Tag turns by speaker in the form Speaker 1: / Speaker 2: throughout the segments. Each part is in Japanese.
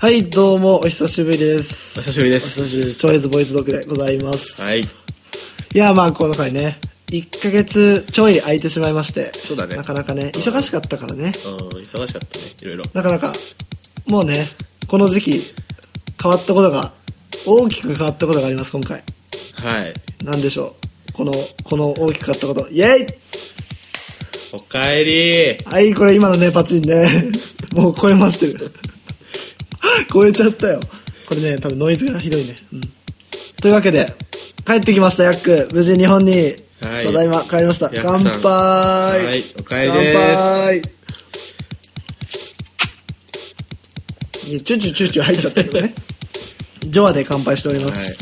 Speaker 1: はい、どうも、お久しぶりで
Speaker 2: お
Speaker 1: す。
Speaker 2: 久しぶりです。
Speaker 1: チョイズボイスドッグでございます。
Speaker 2: はい。
Speaker 1: いや、まあ、この回ね、1ヶ月ちょい空いてしまいまして、
Speaker 2: そうだね
Speaker 1: なかなかね、忙しかったからね、
Speaker 2: うん、忙しかったね、いろいろ。
Speaker 1: なかなか、もうね、この時期、変わったことが、大きく変わったことがあります、今回。
Speaker 2: はい。
Speaker 1: なんでしょう。この、この大きく変わったこと、イェイ
Speaker 2: おかえり。
Speaker 1: はい、これ今のね、パチンね。 もう超えましてる。 超えちゃったよ。これね、多分ノイズがひどいね。うん。というわけで、帰ってきました、ヤック。無事日本に、
Speaker 2: はい
Speaker 1: ただいま帰りました。
Speaker 2: ヤッ
Speaker 1: 乾
Speaker 2: クさん
Speaker 1: 杯
Speaker 2: はいお帰りです
Speaker 1: 乾杯いやチュチュチュチュ入っちゃったけど ね。ジョアで乾杯しております。
Speaker 2: はい。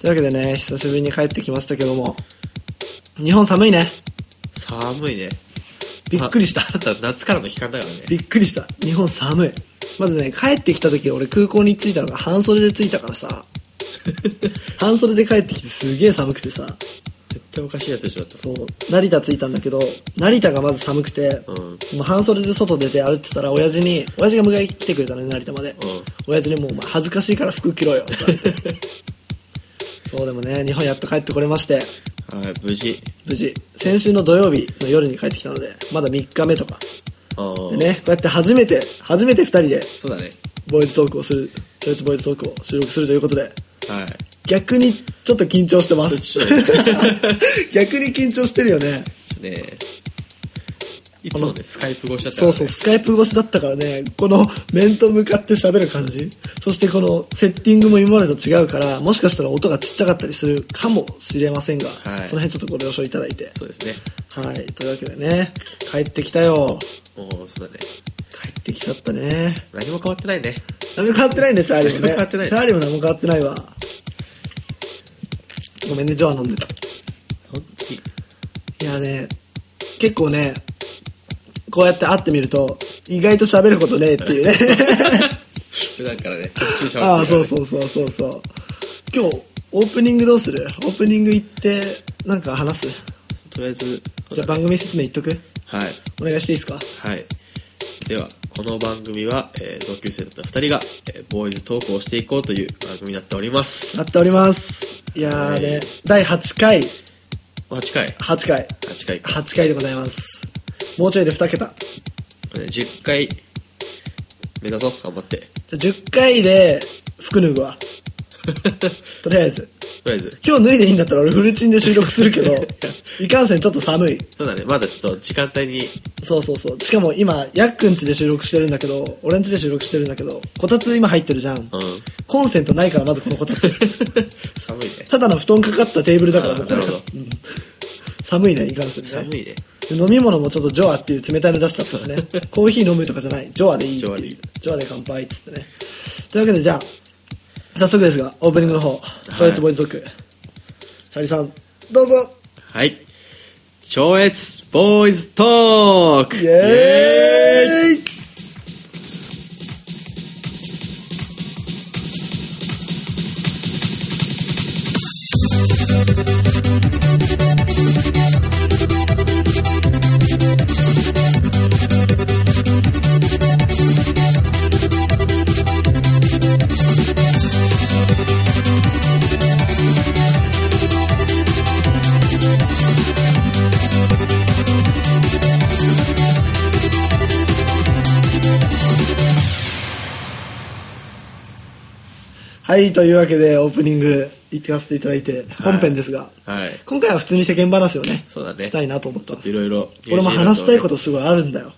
Speaker 1: というわけでね、久しぶりに帰ってきましたけども、日本寒いね。
Speaker 2: 寒いね。
Speaker 1: びっくりした。
Speaker 2: あなた夏からの期間だからね。
Speaker 1: びっくりした日本寒いまずね帰ってきた時俺空港に着いたのが半袖で着いたから さ半袖で帰ってきてすげえ寒くてさ
Speaker 2: 絶対おかしいやつでしょ、だって。
Speaker 1: そう成田着いたんだけど成田がまず寒くて、
Speaker 2: うん。うん。
Speaker 1: もう半袖で外出て歩いてたら親父に親父が迎えに来てくれたのね成田まで、親父にもうお前恥ずかしいから服着 ろよって言われてそうでもね日本やっと帰ってこれまして
Speaker 2: はい、無事。
Speaker 1: 無事先週の土曜日の夜に帰ってきたのでまだ3日目とか
Speaker 2: う
Speaker 1: で
Speaker 2: ん。
Speaker 1: ねこうやって初めて初めて2人で
Speaker 2: そうだね。
Speaker 1: ボーイズトークをする、とりあえずボーイズトークを収録するということで、
Speaker 2: はい。
Speaker 1: 逆にちょっと緊張してます
Speaker 2: ちょっとね。
Speaker 1: 逆に緊張してるよね。
Speaker 2: ちょっとね。いつもね、スカイプ越しだったか
Speaker 1: そ
Speaker 2: ら
Speaker 1: う
Speaker 2: ね
Speaker 1: そう、スカイプ越しだったからね、この面と向かって喋る感じ、そしてこのセッティングも今までと違うから、もしかしたら音がちっちゃかったりするかもしれませんが、
Speaker 2: はい
Speaker 1: その辺ちょっとご了承いただいて。
Speaker 2: そうですね。
Speaker 1: はい、というわけでね、帰ってきたよ。
Speaker 2: もう、そうだね。
Speaker 1: 帰ってきちゃったね。
Speaker 2: 何も変わってないね。
Speaker 1: 何も変わってないね、チャーリーもね。
Speaker 2: 何も変わってない
Speaker 1: チャーリーも何も変わってないわ。ごめんね、ジョア飲んでた。
Speaker 2: 本当に。
Speaker 1: いやね、結構ね、こうやって会ってみると、意外と喋ることねえっていうね。
Speaker 2: 普段からね、集中し
Speaker 1: ああ、そう
Speaker 2: う。
Speaker 1: そうそうそうそう。今日、オープニングどうするオープニング行って、なんか話す。
Speaker 2: とりあえず、
Speaker 1: じゃあ番組説明言っとく
Speaker 2: はい。
Speaker 1: お願いしていいですか
Speaker 2: はい。では、この番組は、えー同級生だった2人が、えーボーイズトークをしていこうという番組になっております。
Speaker 1: なっております。いやーね、
Speaker 2: はい
Speaker 1: 第8回、
Speaker 2: 8回。
Speaker 1: 8回、
Speaker 2: 8回か。
Speaker 1: 8回でございます。もうちょいで2桁。
Speaker 2: 10回、目指そう。頑張って。
Speaker 1: じゃあ10回で服脱ぐわ。とりあえず。
Speaker 2: とりあえず。
Speaker 1: 今日脱いでいいんだったら俺フルチンで収録する けど、いかんせんちょっと寒い。
Speaker 2: そうだね。まだちょっと時間帯に、
Speaker 1: そうそうそう。しかも今、ヤックんちで収録してるんだけど、俺んちで収録してるんだけど、こたつ今入ってるじゃん
Speaker 2: う。ん。
Speaker 1: コンセントないからまずこのこたつ。
Speaker 2: 寒いね。
Speaker 1: ただの布団かかったテーブルだから
Speaker 2: あー
Speaker 1: もうこれ
Speaker 2: なるほど
Speaker 1: うん寒いね、いかんせんね
Speaker 2: 寒。いね。
Speaker 1: で飲み物もちょっとジョアっていう冷たいの出しちゃった しねコーヒー飲むとかじゃないジョアでいいっていう
Speaker 2: ジョアでいい
Speaker 1: ジョアで乾杯っつってねというわけでじゃあ早速ですがオープニングの方「超越ボイズドッグ」チャリさんどうぞ
Speaker 2: はい。超越ボーイズトーク
Speaker 1: イエ
Speaker 2: イエー
Speaker 1: ー
Speaker 2: イ
Speaker 1: イはいというわけでオープニング行ってかせていただいて本編ですが、
Speaker 2: はい。
Speaker 1: 今回は普通に世間話をね
Speaker 2: そうだね
Speaker 1: したいなと思ってま
Speaker 2: い
Speaker 1: す
Speaker 2: ろいろ。。
Speaker 1: 俺も話したいこととすごいあるんだよ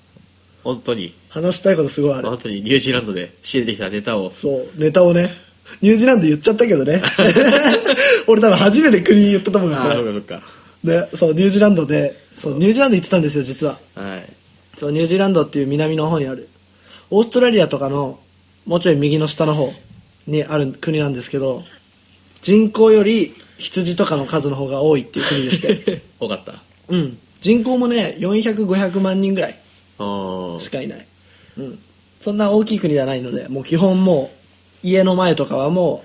Speaker 2: 本当に。
Speaker 1: 話したいことすごいある
Speaker 2: 本当にニュージーランドで仕入れてきたネタを。
Speaker 1: そう、ネタをね、ニュージーランド言っちゃったけど ね。俺多分初めて国言ったと思 うか
Speaker 2: ああ、
Speaker 1: ら
Speaker 2: そっ。かそっか。
Speaker 1: で、そう、ニュージーランドで、そう、ニュージーランド行ってたんですよ、実は。
Speaker 2: はい。
Speaker 1: そう、ニュージーランドっていう南の方にある。オーストラリアとかの、もうちょい右の下の方にある国なんですけど、人口より羊とかの数の方が多いっていう国でして。
Speaker 2: 多かった。
Speaker 1: うん。人口もね、400、500万人ぐらい
Speaker 2: あ
Speaker 1: しかいない。うん。そんな大きい国ではないので、もう基本もう、家の前とかはも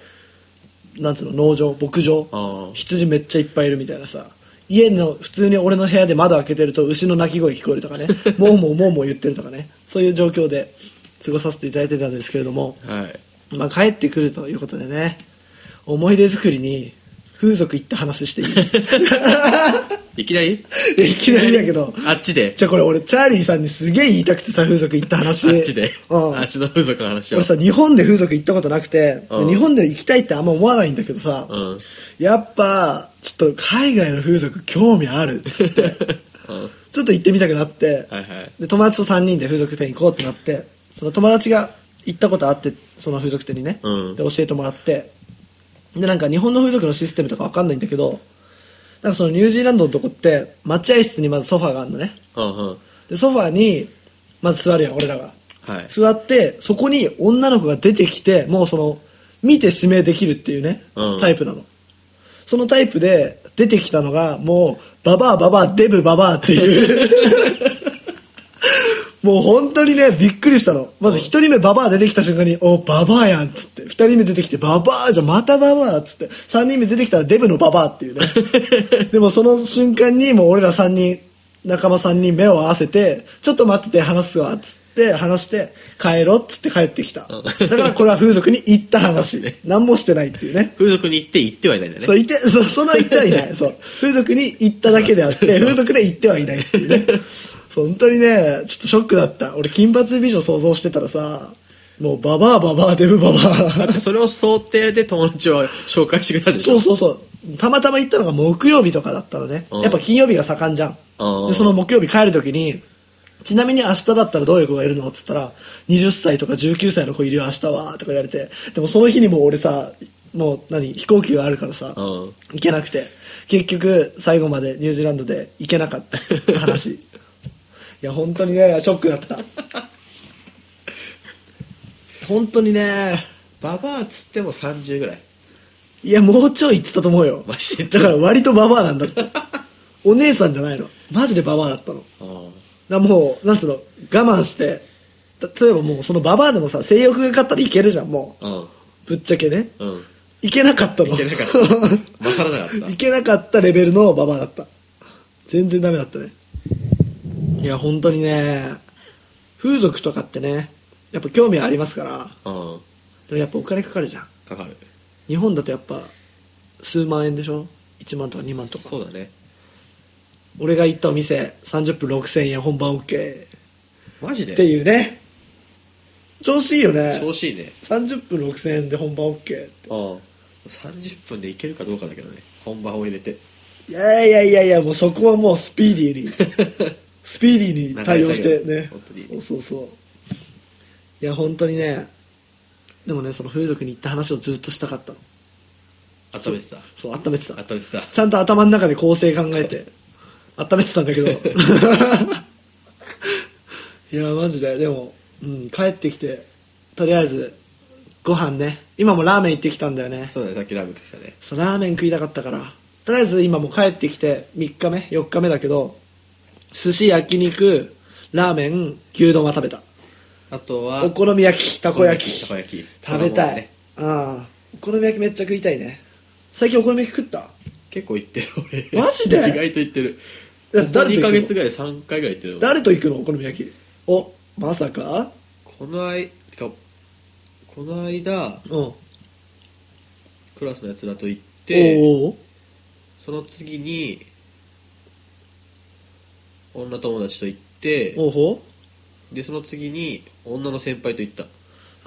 Speaker 1: う、なんつうの、農場、牧場
Speaker 2: あ。ああ。
Speaker 1: 羊めっちゃいっぱいいるみたいなさ。家の、普通に俺の部屋で窓開けてると牛の鳴き声聞こえるとかね。もうもうもうもう言ってるとかね。そういう状況で、過ごさせていただいてたんですけれども、
Speaker 2: はい
Speaker 1: まあ、帰ってくるということでね思い出作りに風俗行った話してい
Speaker 2: いきなり
Speaker 1: いいきなりだけど
Speaker 2: あっちで
Speaker 1: じゃあこれ俺チャーリーさんにすげえ言いたくてさ風俗行った話
Speaker 2: あっちで
Speaker 1: うん
Speaker 2: あっちの風俗の話を
Speaker 1: 俺さ日本で風俗行ったことなくて
Speaker 2: うん
Speaker 1: 日本で行きたいってあんま思わないんだけどさ、
Speaker 2: うんうん
Speaker 1: やっぱちょっと海外の風俗興味あるっつって ちょっと行ってみたくなって、
Speaker 2: はいはい
Speaker 1: で友達と3人で風俗店行こうってなってその友達が行ったことあってその風俗店にね、
Speaker 2: うん
Speaker 1: で教えてもらってでなんか日本の風俗のシステムとかわかんないんだけどなんかそのニュージーランドのとこって待合室にまずソファーがあるのね
Speaker 2: うんうん
Speaker 1: でソファーにまず座るやん俺らが
Speaker 2: はい
Speaker 1: 座ってそこに女の子が出てきてもうその見て指名できるっていうね、
Speaker 2: うん
Speaker 1: タイプなのそのタイプで出てきたのがもうババアババアデブババアっていうもう本当にねびっくりしたのまず1人目ババア出てきた瞬間に「おババアやん」っつって2人目出てきて「ババアじゃんまたババア」っつって3人目出てきたらデブのババアっていう ねでもその瞬間にもう俺ら3人仲間3人目を合わせて「ちょっと待ってて話すわ」っつって話して帰ろうっつって帰ってきた
Speaker 2: うん
Speaker 1: だからこれは風俗に行った 話何もしてないっていうね
Speaker 2: 風俗に行って行ってはいないんだね
Speaker 1: そういてそその行ってはいない そう風俗に行っただけであって風俗で行ってはいないっていう ねそう本当にねちょっとショックだった俺金髪美女想像してたらさもうババアババアデブババ
Speaker 2: だっ
Speaker 1: ア
Speaker 2: てそれを想定で友達は紹介してくれたんでし
Speaker 1: そ
Speaker 2: ょ
Speaker 1: うそうそうたまたま行ったのが木曜日とかだったのね
Speaker 2: うん
Speaker 1: やっぱ金曜日が盛んじゃん
Speaker 2: うん
Speaker 1: でその木曜日帰る時にちなみに明日だったらどういう子がいるのっつったら20歳とか19歳の子いるよ明日はとか言われてでもその日にもう俺さもう何飛行機があるからさ、
Speaker 2: うん
Speaker 1: 行けなくて結局最後までニュージーランドで行けなかった 話いや本当にねショックだった本当にね
Speaker 2: ババアっつっても30ぐらい
Speaker 1: いやもうちょい行ってたと思うよ
Speaker 2: マジで
Speaker 1: だから割とババアなんだって お姉さんじゃないのマジでババアだったの
Speaker 2: うん
Speaker 1: だからもうなんつうの我慢してた例えばもうそのババアでもさ性欲が勝ったらいけるじゃんも
Speaker 2: うん
Speaker 1: うぶっちゃけね
Speaker 2: うん
Speaker 1: いけなかったの
Speaker 2: いけなか った勝らなかった
Speaker 1: いけなかったレベルのババアだった全然ダメだったねいや本当にね風俗とかってねやっぱ興味ありますから
Speaker 2: うん
Speaker 1: でもやっぱお金かかるじゃん
Speaker 2: かかる
Speaker 1: 日本だとやっぱ数万円でしょ1万とか2万とか
Speaker 2: そうだね
Speaker 1: 俺が行ったお店30分6000円本番 OK っ
Speaker 2: マジで
Speaker 1: ていうね調子いいよね
Speaker 2: 調子いいね
Speaker 1: 30分6000円で本番 OK って
Speaker 2: うん30分でいけるかどうかだけどね本番を入れて
Speaker 1: いやいやいやいやもうそこはもうスピーディー にスピーディーに対応してね
Speaker 2: 本当に
Speaker 1: そうそういや本当にねでもねその風俗に行った話をずっとしたかったの
Speaker 2: 温めてた
Speaker 1: そう温めてた
Speaker 2: 温めてた
Speaker 1: ちゃんと頭の中で構成考え て温めてたんだけどいやマジででも、うん、帰ってきてとりあえずご飯ね今もラーメン行ってきたんだよね
Speaker 2: そうだねさっきラーメン食ってきたね
Speaker 1: そうラーメン食いたかったからとりあえず今もう帰ってきて3日目4日目だけど寿司焼肉ラーメン牛丼は食べた
Speaker 2: あとは
Speaker 1: お好み焼きたこ焼き
Speaker 2: たこ焼き
Speaker 1: 食べたい、
Speaker 2: ね
Speaker 1: ああお好み焼きめっちゃ食いたいね最近お好み焼き食った
Speaker 2: 結構行ってる俺
Speaker 1: マジで
Speaker 2: 意外と行ってる
Speaker 1: いや
Speaker 2: ここ
Speaker 1: 誰と行くの
Speaker 2: 2ヶ月ぐらい3回ぐらい行ってる
Speaker 1: 誰と行くのお好み焼きおまさか
Speaker 2: この間てかこの間
Speaker 1: うんお
Speaker 2: クラスのやつらと行って
Speaker 1: お
Speaker 2: その次に女友達と行って
Speaker 1: おほ
Speaker 2: でその次に女の先輩と行った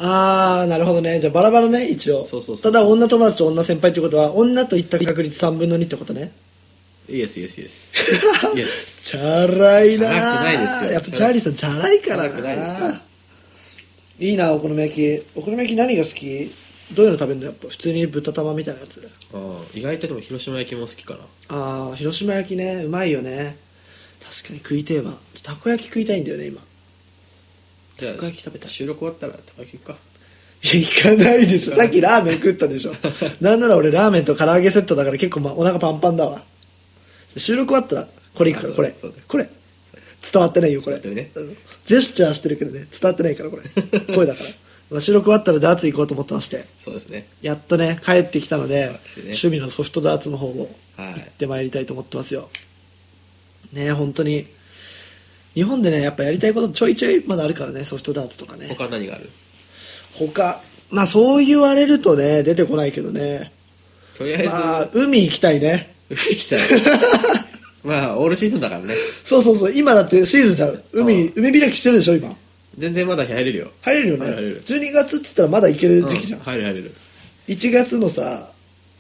Speaker 1: ああなるほどねじゃあバラバラね一応
Speaker 2: そうそうそう
Speaker 1: ただ女友達と女先輩ってことは女と行った確率3分の2ってことね
Speaker 2: イエスイエスイ エスイエス
Speaker 1: チャラいなー
Speaker 2: チャラくないですよ
Speaker 1: やっぱチャーリーさんチャラいから
Speaker 2: チャラくないで
Speaker 1: いいなお好み焼きお好み焼き何が好きどういうの食べるのやっぱ普通に豚玉みたいなやつ
Speaker 2: あー意外とでも広島焼きも好きかな
Speaker 1: ああ広島焼きねうまいよね確かに食いてえわたこ焼き食いたいんだよね今
Speaker 2: じゃあ
Speaker 1: たこ焼き食べたい
Speaker 2: 収録終わったらたこ焼き行くか
Speaker 1: いや行かないでしょ さっきラーメン食った でしょなんなら俺ラーメンと唐揚げセットだから結構、ま、お腹パンパンだわ収録終わったらこれいくから
Speaker 2: あ
Speaker 1: これ
Speaker 2: そうだそうだ
Speaker 1: これ伝わってないよこれ、
Speaker 2: 伝わって
Speaker 1: うんジェスチャーしてるけどね伝わってないからこ れ声だから、まあ、収録終わったらダーツ行こうと思ってまして
Speaker 2: そうですね
Speaker 1: やっとね帰ってきたので、
Speaker 2: そうですね
Speaker 1: 趣味のソフトダーツの方を
Speaker 2: は
Speaker 1: 行ってまいりたいと思ってますよねえ本当に日本でねやっぱやりたいことちょいちょいまだあるからねソフトダーツとかね
Speaker 2: 他何がある
Speaker 1: 他まあそう言われるとね出てこないけどね
Speaker 2: とりあえず、
Speaker 1: まあ海行きたいね
Speaker 2: 海行きたい まあオールシーズンだからね
Speaker 1: そうそうそう今だってシーズンちゃう海海開きしてるでしょ今
Speaker 2: 全然まだ入れるよ
Speaker 1: 入れるよね
Speaker 2: 入る入る
Speaker 1: 12月っつったらまだ行ける時期じゃん、
Speaker 2: う入る入れる
Speaker 1: 1月のさ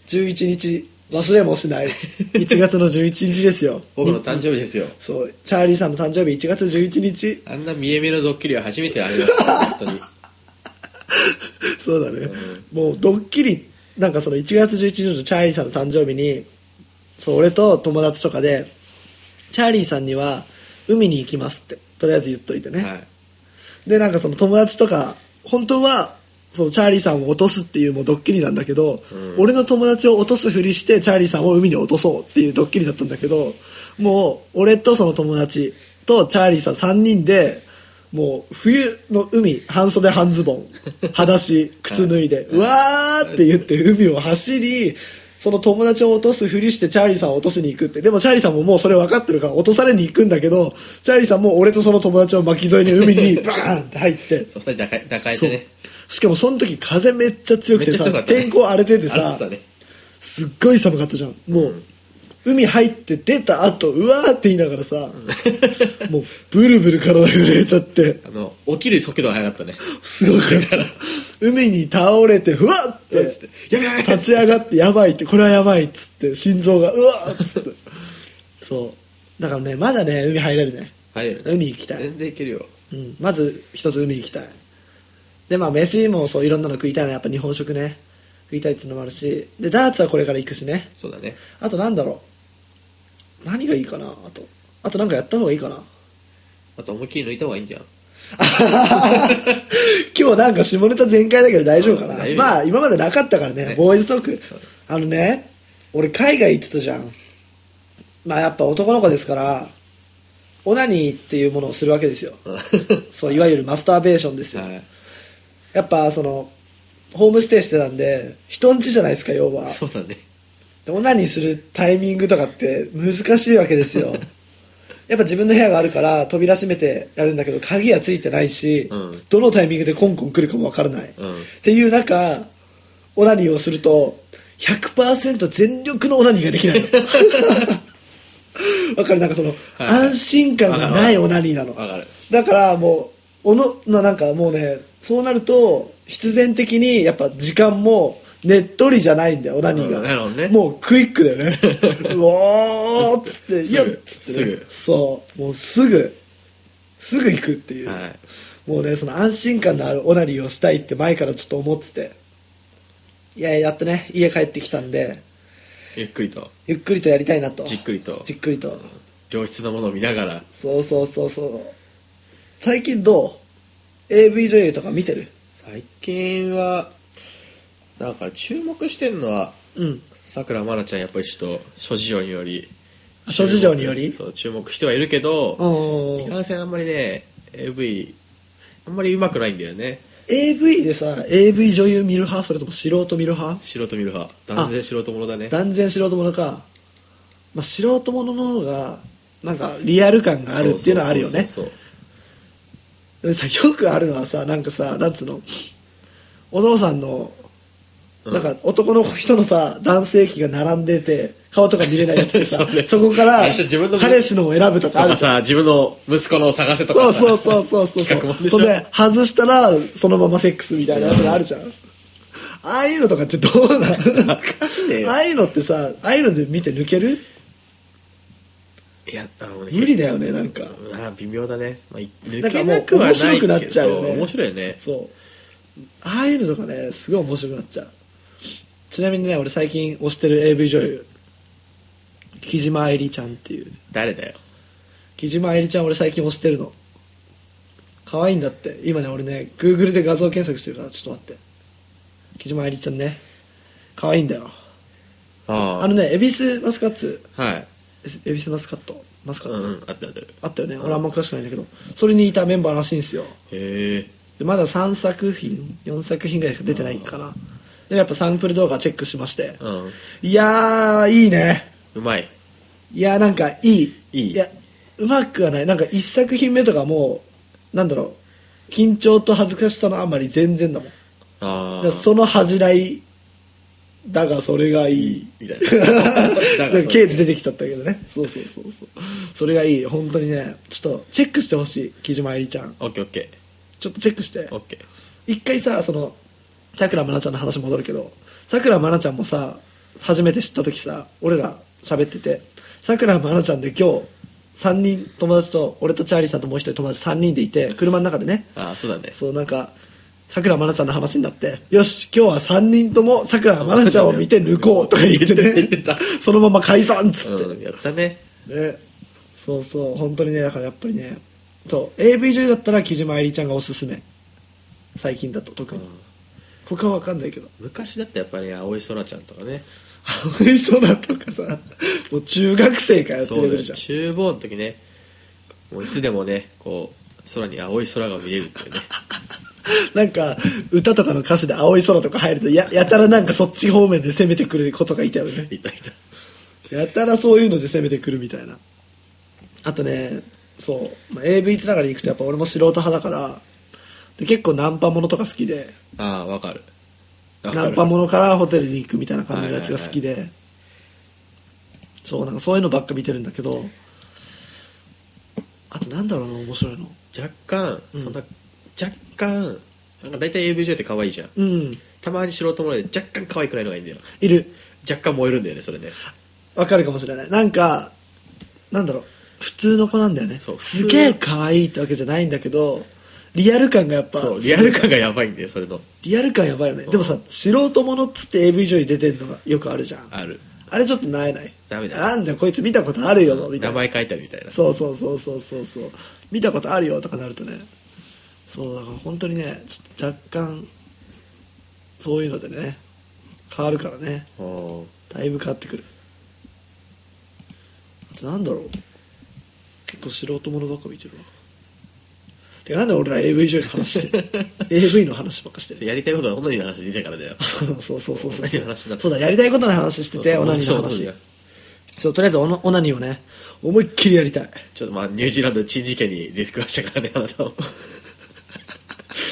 Speaker 1: 11日忘れもし ない1月の11日ですよ
Speaker 2: 僕の誕生日ですよ
Speaker 1: そうチャーリーさんの誕生日1月11日
Speaker 2: あんな見え目のドッキリは初めてありました本当に
Speaker 1: そうだね、もうドッキリなんかその1月11日のチャーリーさんの誕生日にそう俺と友達とかでチャーリーさんには海に行きますってとりあえず言っといてね、
Speaker 2: はい
Speaker 1: でなんかその友達とか本当はそのチャーリーさんを落とすっていうもうドッキリなんだけど、
Speaker 2: うん
Speaker 1: 俺の友達を落とすふりしてチャーリーさんを海に落とそうっていうドッキリだったんだけどもう俺とその友達とチャーリーさん3人でもう冬の海半袖半ズボン裸足靴脱いで、うわーって言って海を走りその友達を落とすふりしてチャーリーさんを落としに行くってでもチャーリーさんももうそれ分かってるから落とされに行くんだけどチャーリーさんも俺とその友達を巻き添えに海 にバーンって入って
Speaker 2: そう二人抱え抱えてね
Speaker 1: そうしかもその時風めっちゃ強くてさ、
Speaker 2: めっちゃ強かったね
Speaker 1: 天候荒れててさ
Speaker 2: あってたね
Speaker 1: すっごい寒かったじゃんもう、海入って出た後うわーって言いながらさもうブルブル体が震えちゃって
Speaker 2: あの起きる速度が速かったね
Speaker 1: す ごかった海に倒れてふわっ
Speaker 2: うわ
Speaker 1: て
Speaker 2: っつってやべやべやべ
Speaker 1: 立ち上がってやばいってこれはやばいっつって心臓がうわっつってそうだからねまだね海入れるね
Speaker 2: 入れる
Speaker 1: 海行きたい、
Speaker 2: 全然いけるよ
Speaker 1: うん、まず一つ海行きたいでまあ飯もそういろんなの食いたいなやっぱ日本食ね食いたいっていうのもあるしでダーツはこれから行くしね
Speaker 2: そうだね
Speaker 1: あとなんだろう何がいいかなあとあとなんかやった方がいいかな
Speaker 2: あと思いっきり抜いた方がいいんじゃん
Speaker 1: 今日なんか下ネタ全開だけど大丈夫かな
Speaker 2: 大丈夫
Speaker 1: まあ今までなかったからね
Speaker 2: ね
Speaker 1: ボーイズトークあのね俺海外行ってたじゃんまあやっぱ男の子ですからオナニーっていうものをするわけですよそういわゆるマスターベーションですよ、
Speaker 2: はい
Speaker 1: やっぱそのホームステイしてたんで人んちじゃないですか要は
Speaker 2: そうだね
Speaker 1: でオナニーするタイミングとかって難しいわけです よやっぱ自分の部屋があるから扉閉めてやるんだけど鍵はついてないし、
Speaker 2: うん
Speaker 1: どのタイミングでコンコン来るかもわからない、
Speaker 2: うん
Speaker 1: っていう中オナニーをすると100%全力のオナニーができ ないのわかるなんかその、
Speaker 2: はい
Speaker 1: 安心感がないオナニーなの
Speaker 2: わかる
Speaker 1: だからもうおのまあなんかもうねそうなると必然的にやっぱ時間もねっとりじゃないんだよオナニーが、
Speaker 2: うんなるほどね
Speaker 1: もうクイックだよ ねうおーっつって「
Speaker 2: すぐ
Speaker 1: よっ!」つって、ね、
Speaker 2: すぐ
Speaker 1: そうもうすぐすぐ行くっていう、
Speaker 2: はい
Speaker 1: もうねその安心感のあるオナニーをしたいって前からちょっと思ってていややっとね家帰ってきたんで
Speaker 2: ゆっくりと
Speaker 1: ゆっくりとやりたいなと
Speaker 2: じっくりと
Speaker 1: じっくりと
Speaker 2: 良質なものを見ながら
Speaker 1: そうそうそうそう最近どう AV 女優とか見てる
Speaker 2: 最近はなんか注目してるのは
Speaker 1: うん
Speaker 2: さくらまなちゃんやっぱりちょっと諸事情により
Speaker 1: 諸事情により
Speaker 2: そう注目してはいるけど
Speaker 1: う
Speaker 2: い
Speaker 1: ん
Speaker 2: かんせんあんまりね AV あんまり上手くないんだよね
Speaker 1: AV でさ AV 女優見る派それとも素人見る派
Speaker 2: 素人見る派断然素人ものだね
Speaker 1: 断然素人ものか、まあ、素人ものの方がなんかリアル感があるっていうのはあるよね
Speaker 2: そうそう
Speaker 1: でさよくあるのはさなんかさなんつうのお父さんの
Speaker 2: そうそう
Speaker 1: なんか男の人のさ男性器が並んでて顔とか見れないやつでさ
Speaker 2: そうね
Speaker 1: そこから
Speaker 2: 最初自分の
Speaker 1: 彼氏のを選ぶと
Speaker 2: と
Speaker 1: かある
Speaker 2: か
Speaker 1: じゃん
Speaker 2: さ自分の息子のを探せと
Speaker 1: そ
Speaker 2: か
Speaker 1: う
Speaker 2: さ
Speaker 1: そうそうそうそう
Speaker 2: 企画もんでし
Speaker 1: そ
Speaker 2: ょ
Speaker 1: んで外したらそのままセックスみたいなやつがあるじゃん、ああいうのとかってどうなのあ
Speaker 2: んねえよ
Speaker 1: あいうのってさああいうので見て抜ける
Speaker 2: いやあのね
Speaker 1: 無理だよねなんか
Speaker 2: あ微妙だね、まあ、い
Speaker 1: な
Speaker 2: 抜
Speaker 1: んか
Speaker 2: け
Speaker 1: もう
Speaker 2: なくはないけど
Speaker 1: 面白くなっちゃうよね
Speaker 2: 面白いよね
Speaker 1: そうああいうのとかねすごい面白くなっちゃうちなみにね俺最近推してる AV 女優木島愛理ちゃんっていう
Speaker 2: 誰だよ
Speaker 1: 木島愛理ちゃん俺最近推してるの可愛いんだって今ね俺ね Google で画像検索してるからちょっと待って木島愛理ちゃんね可愛いんだよ
Speaker 2: あ
Speaker 1: あのね、恵比寿マスカッツ、
Speaker 2: あはい
Speaker 1: 恵比寿マスカット、マスカ
Speaker 2: う
Speaker 1: ッ
Speaker 2: ん
Speaker 1: ツ、
Speaker 2: うんあってあって
Speaker 1: あったよね、俺あんま詳しくないんだけど、それにいたメンバーらしいんですよ。
Speaker 2: へえ
Speaker 1: でまだ3作品、4作品ぐらいしか出てないかな。でやっぱサンプル動画チェックしまして、
Speaker 2: うん
Speaker 1: いやー、いいね。
Speaker 2: うまい
Speaker 1: いやー、なんかいい。
Speaker 2: いい
Speaker 1: や、うまくはないなんか一作品目とかもうなんだろう緊張と恥ずかしさのあんまり全然だもんだ
Speaker 2: あ
Speaker 1: から
Speaker 2: あ
Speaker 1: その恥じらいだがそれがいい
Speaker 2: みたい なだからそ
Speaker 1: 刑
Speaker 2: れ
Speaker 1: 事出てきちゃったけどねそうそうそうそうそれがいい本当にねちょっとチェックしてほしい木島えりちゃん
Speaker 2: オッケーオッケ
Speaker 1: ちょっとチェックして
Speaker 2: ーオッケー
Speaker 1: 一回さそのさくらまなちゃんの話戻るけどさくらまなちゃんもさ初めて知った時さ俺ら喋っててさくらまなちゃんで今日3人友達と俺とチャーリーさんともう一人友達3人でいて車の中でね
Speaker 2: ああそうだね
Speaker 1: そうなんかさくらまなちゃんの話になってよし今日は3人ともさくらまなちゃんを見て抜こうとか言ってね
Speaker 2: 言ってた言って
Speaker 1: そのまま解散っつって、
Speaker 2: うんやったね
Speaker 1: ね、そうそう本当にねだからやっぱりねそう AV 女優だったら木島愛理ちゃんがおすすめ最近だと特に、他は分かんないけど
Speaker 2: 昔だったらやっぱり青い空ちゃんとかね
Speaker 1: 青い空とかさもう中学生からやって
Speaker 2: そうだ
Speaker 1: る
Speaker 2: よ
Speaker 1: じゃん
Speaker 2: 厨房の時ねもういつでもねこう空に青い空が見れるってい うね
Speaker 1: なんか歌とかの歌詞で「青い空」とか入るとややたらなんかそっち方面で攻めてくる子とかいたよね
Speaker 2: いたいた
Speaker 1: やたらそういうので攻めてくるみたいなあとねそう、まあ、AV つながりに行くとやっぱ俺も素人派だからで結構ナンパものとか好きで
Speaker 2: ああわかるわか
Speaker 1: ナ
Speaker 2: る
Speaker 1: ンパものからホテルに行くみたいな感じのやつが好きでそうなんかそういうのばっか見てるんだけどあとなんだろうな面白いの
Speaker 2: 若干
Speaker 1: うん
Speaker 2: そんな、若干なんか大体 AV 女優って可愛いじゃん
Speaker 1: うん
Speaker 2: たまに素人もので若干可愛くないのがいいんだよ
Speaker 1: いる
Speaker 2: 若干燃えるんだよねそれね
Speaker 1: わかるかもしれないなんかなんだろう普通の子なんだよね
Speaker 2: そう普通
Speaker 1: すげえ可愛いってわけじゃないんだけどリアル感がやっぱ
Speaker 2: そうリアル感がやばいんだよそれの
Speaker 1: リアル感やばいよねでもさ素人ものっつって AV 上に出てるのがよくあるじゃん
Speaker 2: ある
Speaker 1: あれちょっとなえない
Speaker 2: ダメだ
Speaker 1: なんだよこいつ見たことあるよみたいな
Speaker 2: 名前書いてあるみたいな
Speaker 1: そうそうそうそうそうそう見たことあるよとかなるとねそうだから本当にねちょっと若干そういうのでね変わるからね
Speaker 2: おー
Speaker 1: だいぶ変わってくるあとなんだろう結構素人ものばっか見てるわてかなんで俺ら AV 上に話 してる AV の話ばっかしてる
Speaker 2: やりたいことはオナニーの話でいいからだよ
Speaker 1: そうそうそうそ
Speaker 2: 何の
Speaker 1: う
Speaker 2: 話になっ た
Speaker 1: そうだやりたいことの話してて
Speaker 2: そう
Speaker 1: オナニーの
Speaker 2: そうそう
Speaker 1: 話
Speaker 2: そう
Speaker 1: そうとりあえずオナオナニーをね思いっきりやりたい
Speaker 2: ちょっとまあニュージーランド珍事件に出くわしたからねあなたも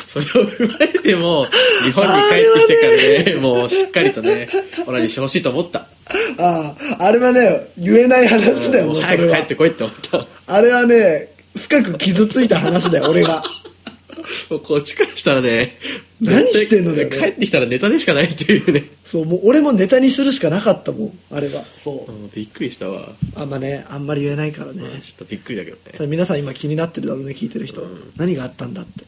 Speaker 2: それを踏まえても日本に帰ってきてからねもうしっかりとねオナニーしてほしいと思った
Speaker 1: あああれはね言えない話だよ
Speaker 2: も
Speaker 1: も
Speaker 2: う
Speaker 1: うそ
Speaker 2: 早
Speaker 1: れ
Speaker 2: く帰
Speaker 1: は
Speaker 2: ってこいって思ったも
Speaker 1: あれはね深く傷ついた話だよ俺 が
Speaker 2: うこっちからしたらね
Speaker 1: 何してんのだよね
Speaker 2: 帰ってきたらネタでしかないっていうね、
Speaker 1: そうもう俺もネタにするしかなかったもんあれはそう
Speaker 2: うんびっくりしたわ
Speaker 1: あんまねあんまり言えないからね
Speaker 2: ちょっとびっくりだけど
Speaker 1: た
Speaker 2: ね
Speaker 1: だ皆さん今気になってるだろうね聞いてる人、何があったんだって、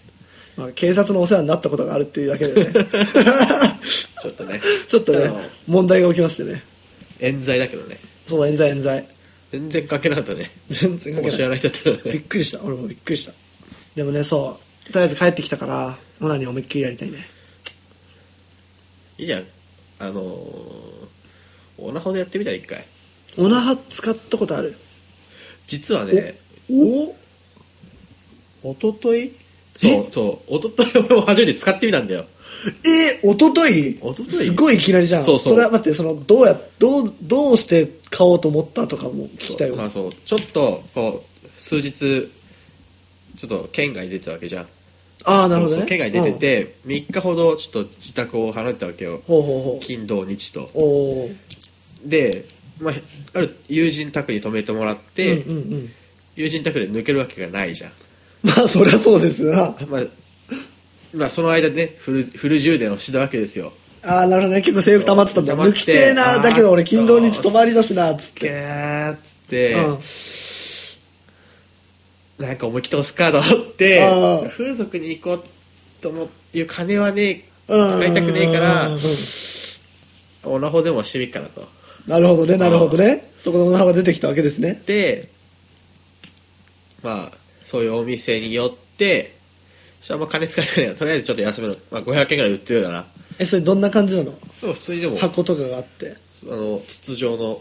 Speaker 1: まあ、警察のお世話になったことがあるっていうだけで ね
Speaker 2: ちょっとね
Speaker 1: ちょっと
Speaker 2: あ
Speaker 1: ね
Speaker 2: の
Speaker 1: 問題が起きましてね
Speaker 2: 冤罪だけどね
Speaker 1: そう冤罪冤罪
Speaker 2: 全然関係なかったね
Speaker 1: 全然
Speaker 2: もう知らない人だったら
Speaker 1: びっ
Speaker 2: ね
Speaker 1: くりした俺もびっくりしたでもねそうとりあえず帰ってきたからオナニー思いっきりやりたいね
Speaker 2: いいじゃんあのー、オナホでやってみたら一回
Speaker 1: オナハ使ったことある
Speaker 2: 実はね
Speaker 1: お
Speaker 2: おとといそうそうおととい俺も初めて使ってみたんだよ
Speaker 1: えおととい
Speaker 2: 一昨日
Speaker 1: すごいいきなりじゃん
Speaker 2: そうそう
Speaker 1: れは待ってそのどうやどうどうして買おうと思ったとかも聞きたい
Speaker 2: ま
Speaker 1: わ
Speaker 2: あ、そうちょっとこう数日ちょっと県外に出てたわけじゃん
Speaker 1: ああなるほどね
Speaker 2: そうそう県外に出て、て、三3日ほどちょっと自宅を離れてたわけ
Speaker 1: う
Speaker 2: よ
Speaker 1: んほうほうほう
Speaker 2: 金土日と
Speaker 1: おおー
Speaker 2: で、まあ、ある友人宅に泊めてもらって、
Speaker 1: うんうんうん
Speaker 2: 友人宅で抜けるわけがないじゃん
Speaker 1: まあそりゃそうですな
Speaker 2: まあ、まあ、その間でねフルフル充電をしてたわけですよ
Speaker 1: ああなるほどね結構制服溜まってたんだ
Speaker 2: 溜ま
Speaker 1: 抜
Speaker 2: って
Speaker 1: きてえなだけど俺
Speaker 2: あー
Speaker 1: 金土日泊まりだしなっつっ
Speaker 2: ゲ
Speaker 1: て
Speaker 2: ーっつって、
Speaker 1: うん
Speaker 2: なんか思い切って押すカードあって
Speaker 1: ああ
Speaker 2: 風俗に行こうと思っていう金はね
Speaker 1: うん
Speaker 2: 使いたくねえから
Speaker 1: うんうん
Speaker 2: オナホでもしてみっかなと
Speaker 1: なるほどねなるほどねそこのオナハが出てきたわけですね
Speaker 2: でまあそういうお店に寄ってそしたらあんま金使いたくないからとりあえずちょっと休める、まあ、500円ぐらい売ってるから
Speaker 1: えそれどんな感じなの
Speaker 2: でも普通にでもあ
Speaker 1: 箱とかがあって
Speaker 2: の筒状の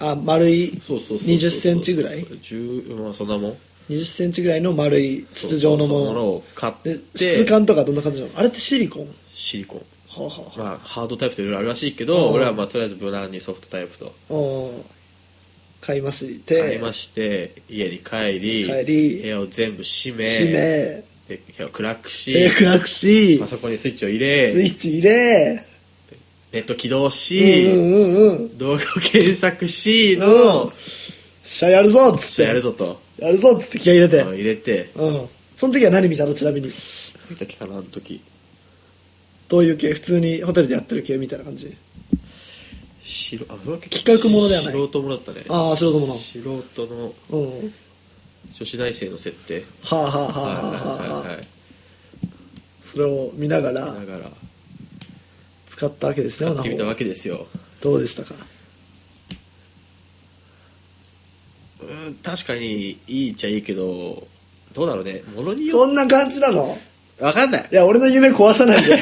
Speaker 1: あ丸い
Speaker 2: そうそうそうそう
Speaker 1: 20センチぐらい
Speaker 2: 10まあそんなもん
Speaker 1: 20センチぐらいの丸い筒状のも
Speaker 2: そうそうそう
Speaker 1: の
Speaker 2: を買っ
Speaker 1: で
Speaker 2: て
Speaker 1: 質感とかどんな感じなのあれってシリコンは
Speaker 2: シリコン
Speaker 1: あ、はあはあ、
Speaker 2: まあ、ハードタイプといろいろあるらしいけ
Speaker 1: う
Speaker 2: ど
Speaker 1: ん
Speaker 2: 俺はまあとりあえず無難にソフトタイプと
Speaker 1: おー買いまして
Speaker 2: 買いまして家に帰り
Speaker 1: 帰り
Speaker 2: 部屋を全部閉め
Speaker 1: 閉め
Speaker 2: で部屋を暗くし
Speaker 1: えー暗くし
Speaker 2: パソコンにスイッチを入
Speaker 1: スイ
Speaker 2: れ
Speaker 1: ッチ入れ
Speaker 2: ネット起動
Speaker 1: うん
Speaker 2: し、
Speaker 1: うんうんうん
Speaker 2: 動画を検索し
Speaker 1: うん
Speaker 2: の
Speaker 1: 試合やるぞっつっ
Speaker 2: ちょ
Speaker 1: て
Speaker 2: っとやるぞと
Speaker 1: やるぞっつって気合い入れて
Speaker 2: あの入れて
Speaker 1: うんその時は何見たのちなみに
Speaker 2: 見た時かなあの時
Speaker 1: どういう系普通にホテルでやってる系みたいな感じ
Speaker 2: しろあそれは結
Speaker 1: 企画ものではない
Speaker 2: 素人ものだったね
Speaker 1: ああ素人もの
Speaker 2: 素人の
Speaker 1: うん
Speaker 2: 女子大生の設定
Speaker 1: はあはあはあ
Speaker 2: はい
Speaker 1: は
Speaker 2: は
Speaker 1: あ
Speaker 2: いは
Speaker 1: はいあ
Speaker 2: はい
Speaker 1: それを見ながら
Speaker 2: だから
Speaker 1: 使ったわけですよ
Speaker 2: やってみた
Speaker 1: ナホ
Speaker 2: わけですよ
Speaker 1: どうでしたか
Speaker 2: うん確かにいいっちゃいいけどどうだろうねものに
Speaker 1: そ
Speaker 2: よ
Speaker 1: んな感じなの
Speaker 2: わかんない
Speaker 1: いや俺の夢壊さ ないで
Speaker 2: わ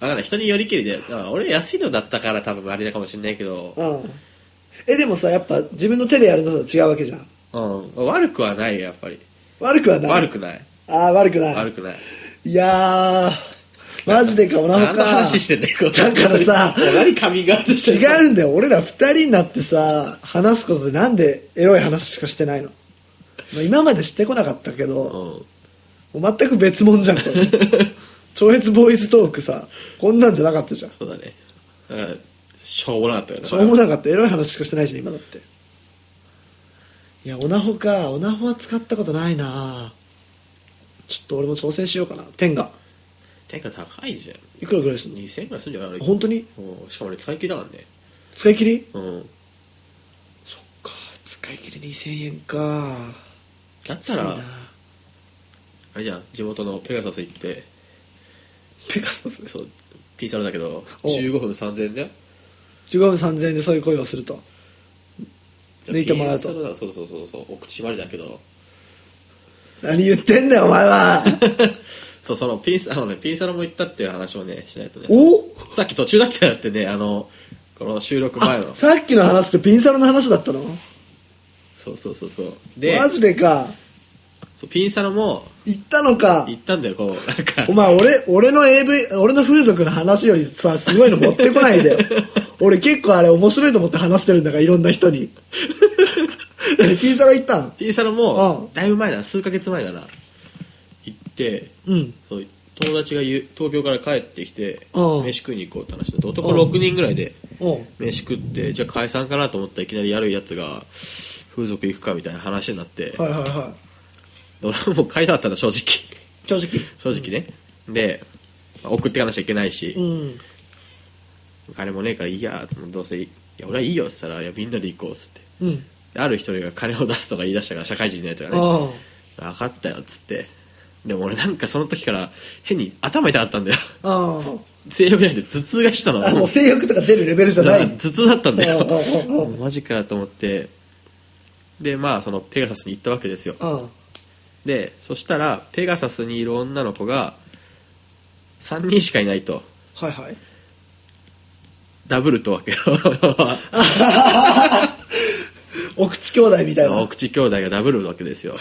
Speaker 2: かんない人によりきりでだから俺安いのだったから多分あれかもしれないけど
Speaker 1: うんえでもさやっぱ自分の手でやるのと違うわけじゃん
Speaker 2: うん悪くはないよやっぱり
Speaker 1: 悪くはない
Speaker 2: 悪くない
Speaker 1: ああ悪くない
Speaker 2: 悪くない
Speaker 1: いやーマジでかもな
Speaker 2: 何
Speaker 1: ほ
Speaker 2: の
Speaker 1: か
Speaker 2: 話してんだよ
Speaker 1: だからさ
Speaker 2: もう何カミングアウトしてんの
Speaker 1: 違うんだよ俺ら二人になってさ話すことでなんでエロい話しかしてないの、まあ、今までしてこなかったけど、
Speaker 2: うん
Speaker 1: もう全く別物じゃんこ れ超越ボーイズトークさこんなんじゃなかったじゃん
Speaker 2: そうだねだからしょうもなかったよね
Speaker 1: しょうもなかったエロい話しかしてないじゃん今だっていやオナホかオナホは使ったことないなちょっと俺も挑戦しようかな天が
Speaker 2: 天下高いじゃん
Speaker 1: いくらぐらいするの
Speaker 2: 2000円ぐらいするんじゃない
Speaker 1: 本当に
Speaker 2: うんしかも俺使い切りだからね
Speaker 1: 使い切り
Speaker 2: うん
Speaker 1: そっか使い切り2000円か
Speaker 2: だったら
Speaker 1: きついな
Speaker 2: あれじゃん地元のペガサス行って
Speaker 1: ペガサス
Speaker 2: そうピーチャルだけど
Speaker 1: お
Speaker 2: 15分3000円だよ
Speaker 1: 15分3000円でそういう恋をすると
Speaker 2: じゃあ
Speaker 1: 抜いてもらうと
Speaker 2: ピーチャルだそうそうそうそうお口まりだけど
Speaker 1: 何言ってんだよお前 は
Speaker 2: そうそのピンサあのねピンサロも行ったっていう話をねしないとね
Speaker 1: お
Speaker 2: さっき途中だったよってねあのこの収録前の
Speaker 1: あさっきの話とピンサロの話だったの
Speaker 2: そうそうそうそうで
Speaker 1: マジでか
Speaker 2: そうピンサロも
Speaker 1: 行ったのか
Speaker 2: 行ったんだよこうなんか
Speaker 1: お前俺俺の AV 俺の風俗の話よりさすごいの持ってこ ないでよ俺結構あれ面白いと思って話してるんだからいろんな人に 何ピンサロ行ったん
Speaker 2: ピンサロ
Speaker 1: う
Speaker 2: も
Speaker 1: ん
Speaker 2: だいぶ前だな数ヶ月前かな行って
Speaker 1: うん
Speaker 2: そう友達がゆ東京から帰ってきて
Speaker 1: うん
Speaker 2: 飯食いに行こうって話になって男
Speaker 1: うん
Speaker 2: 6人ぐらいで
Speaker 1: おう
Speaker 2: 飯食ってじゃあ解散かなと思ったらいきなりやるやつが風俗行くかみたいな話になって
Speaker 1: はいはいは
Speaker 2: 俺はもう帰りたかったんだ正直
Speaker 1: い正直
Speaker 2: 正直ねでまあ送っていかなきゃいけないし、
Speaker 1: うん
Speaker 2: お金もねえからいいやもうどうせいいいや俺はいいよっつったらいやみんなで行こうっつって
Speaker 1: うん
Speaker 2: である一人が金を出すとか言い出したから社会人のやつがね
Speaker 1: あ
Speaker 2: 分かったよっつってでも俺なんかその時から変に頭痛かったんだよ
Speaker 1: ああ
Speaker 2: 性欲じゃなくて頭痛がしたの
Speaker 1: ああもう性欲とか出るレベルじゃな
Speaker 2: だから
Speaker 1: い
Speaker 2: 頭痛だったんだよ
Speaker 1: うんうんうんうん
Speaker 2: もうマジかと思ってでまあそのペガサスに行ったわけですよ
Speaker 1: うん
Speaker 2: でそしたらペガサスにいる女の子が3人しかいないと
Speaker 1: はいはい
Speaker 2: ダブルとわ けよ
Speaker 1: お口兄弟みたいな
Speaker 2: お口兄弟がダブルなわけ ですよ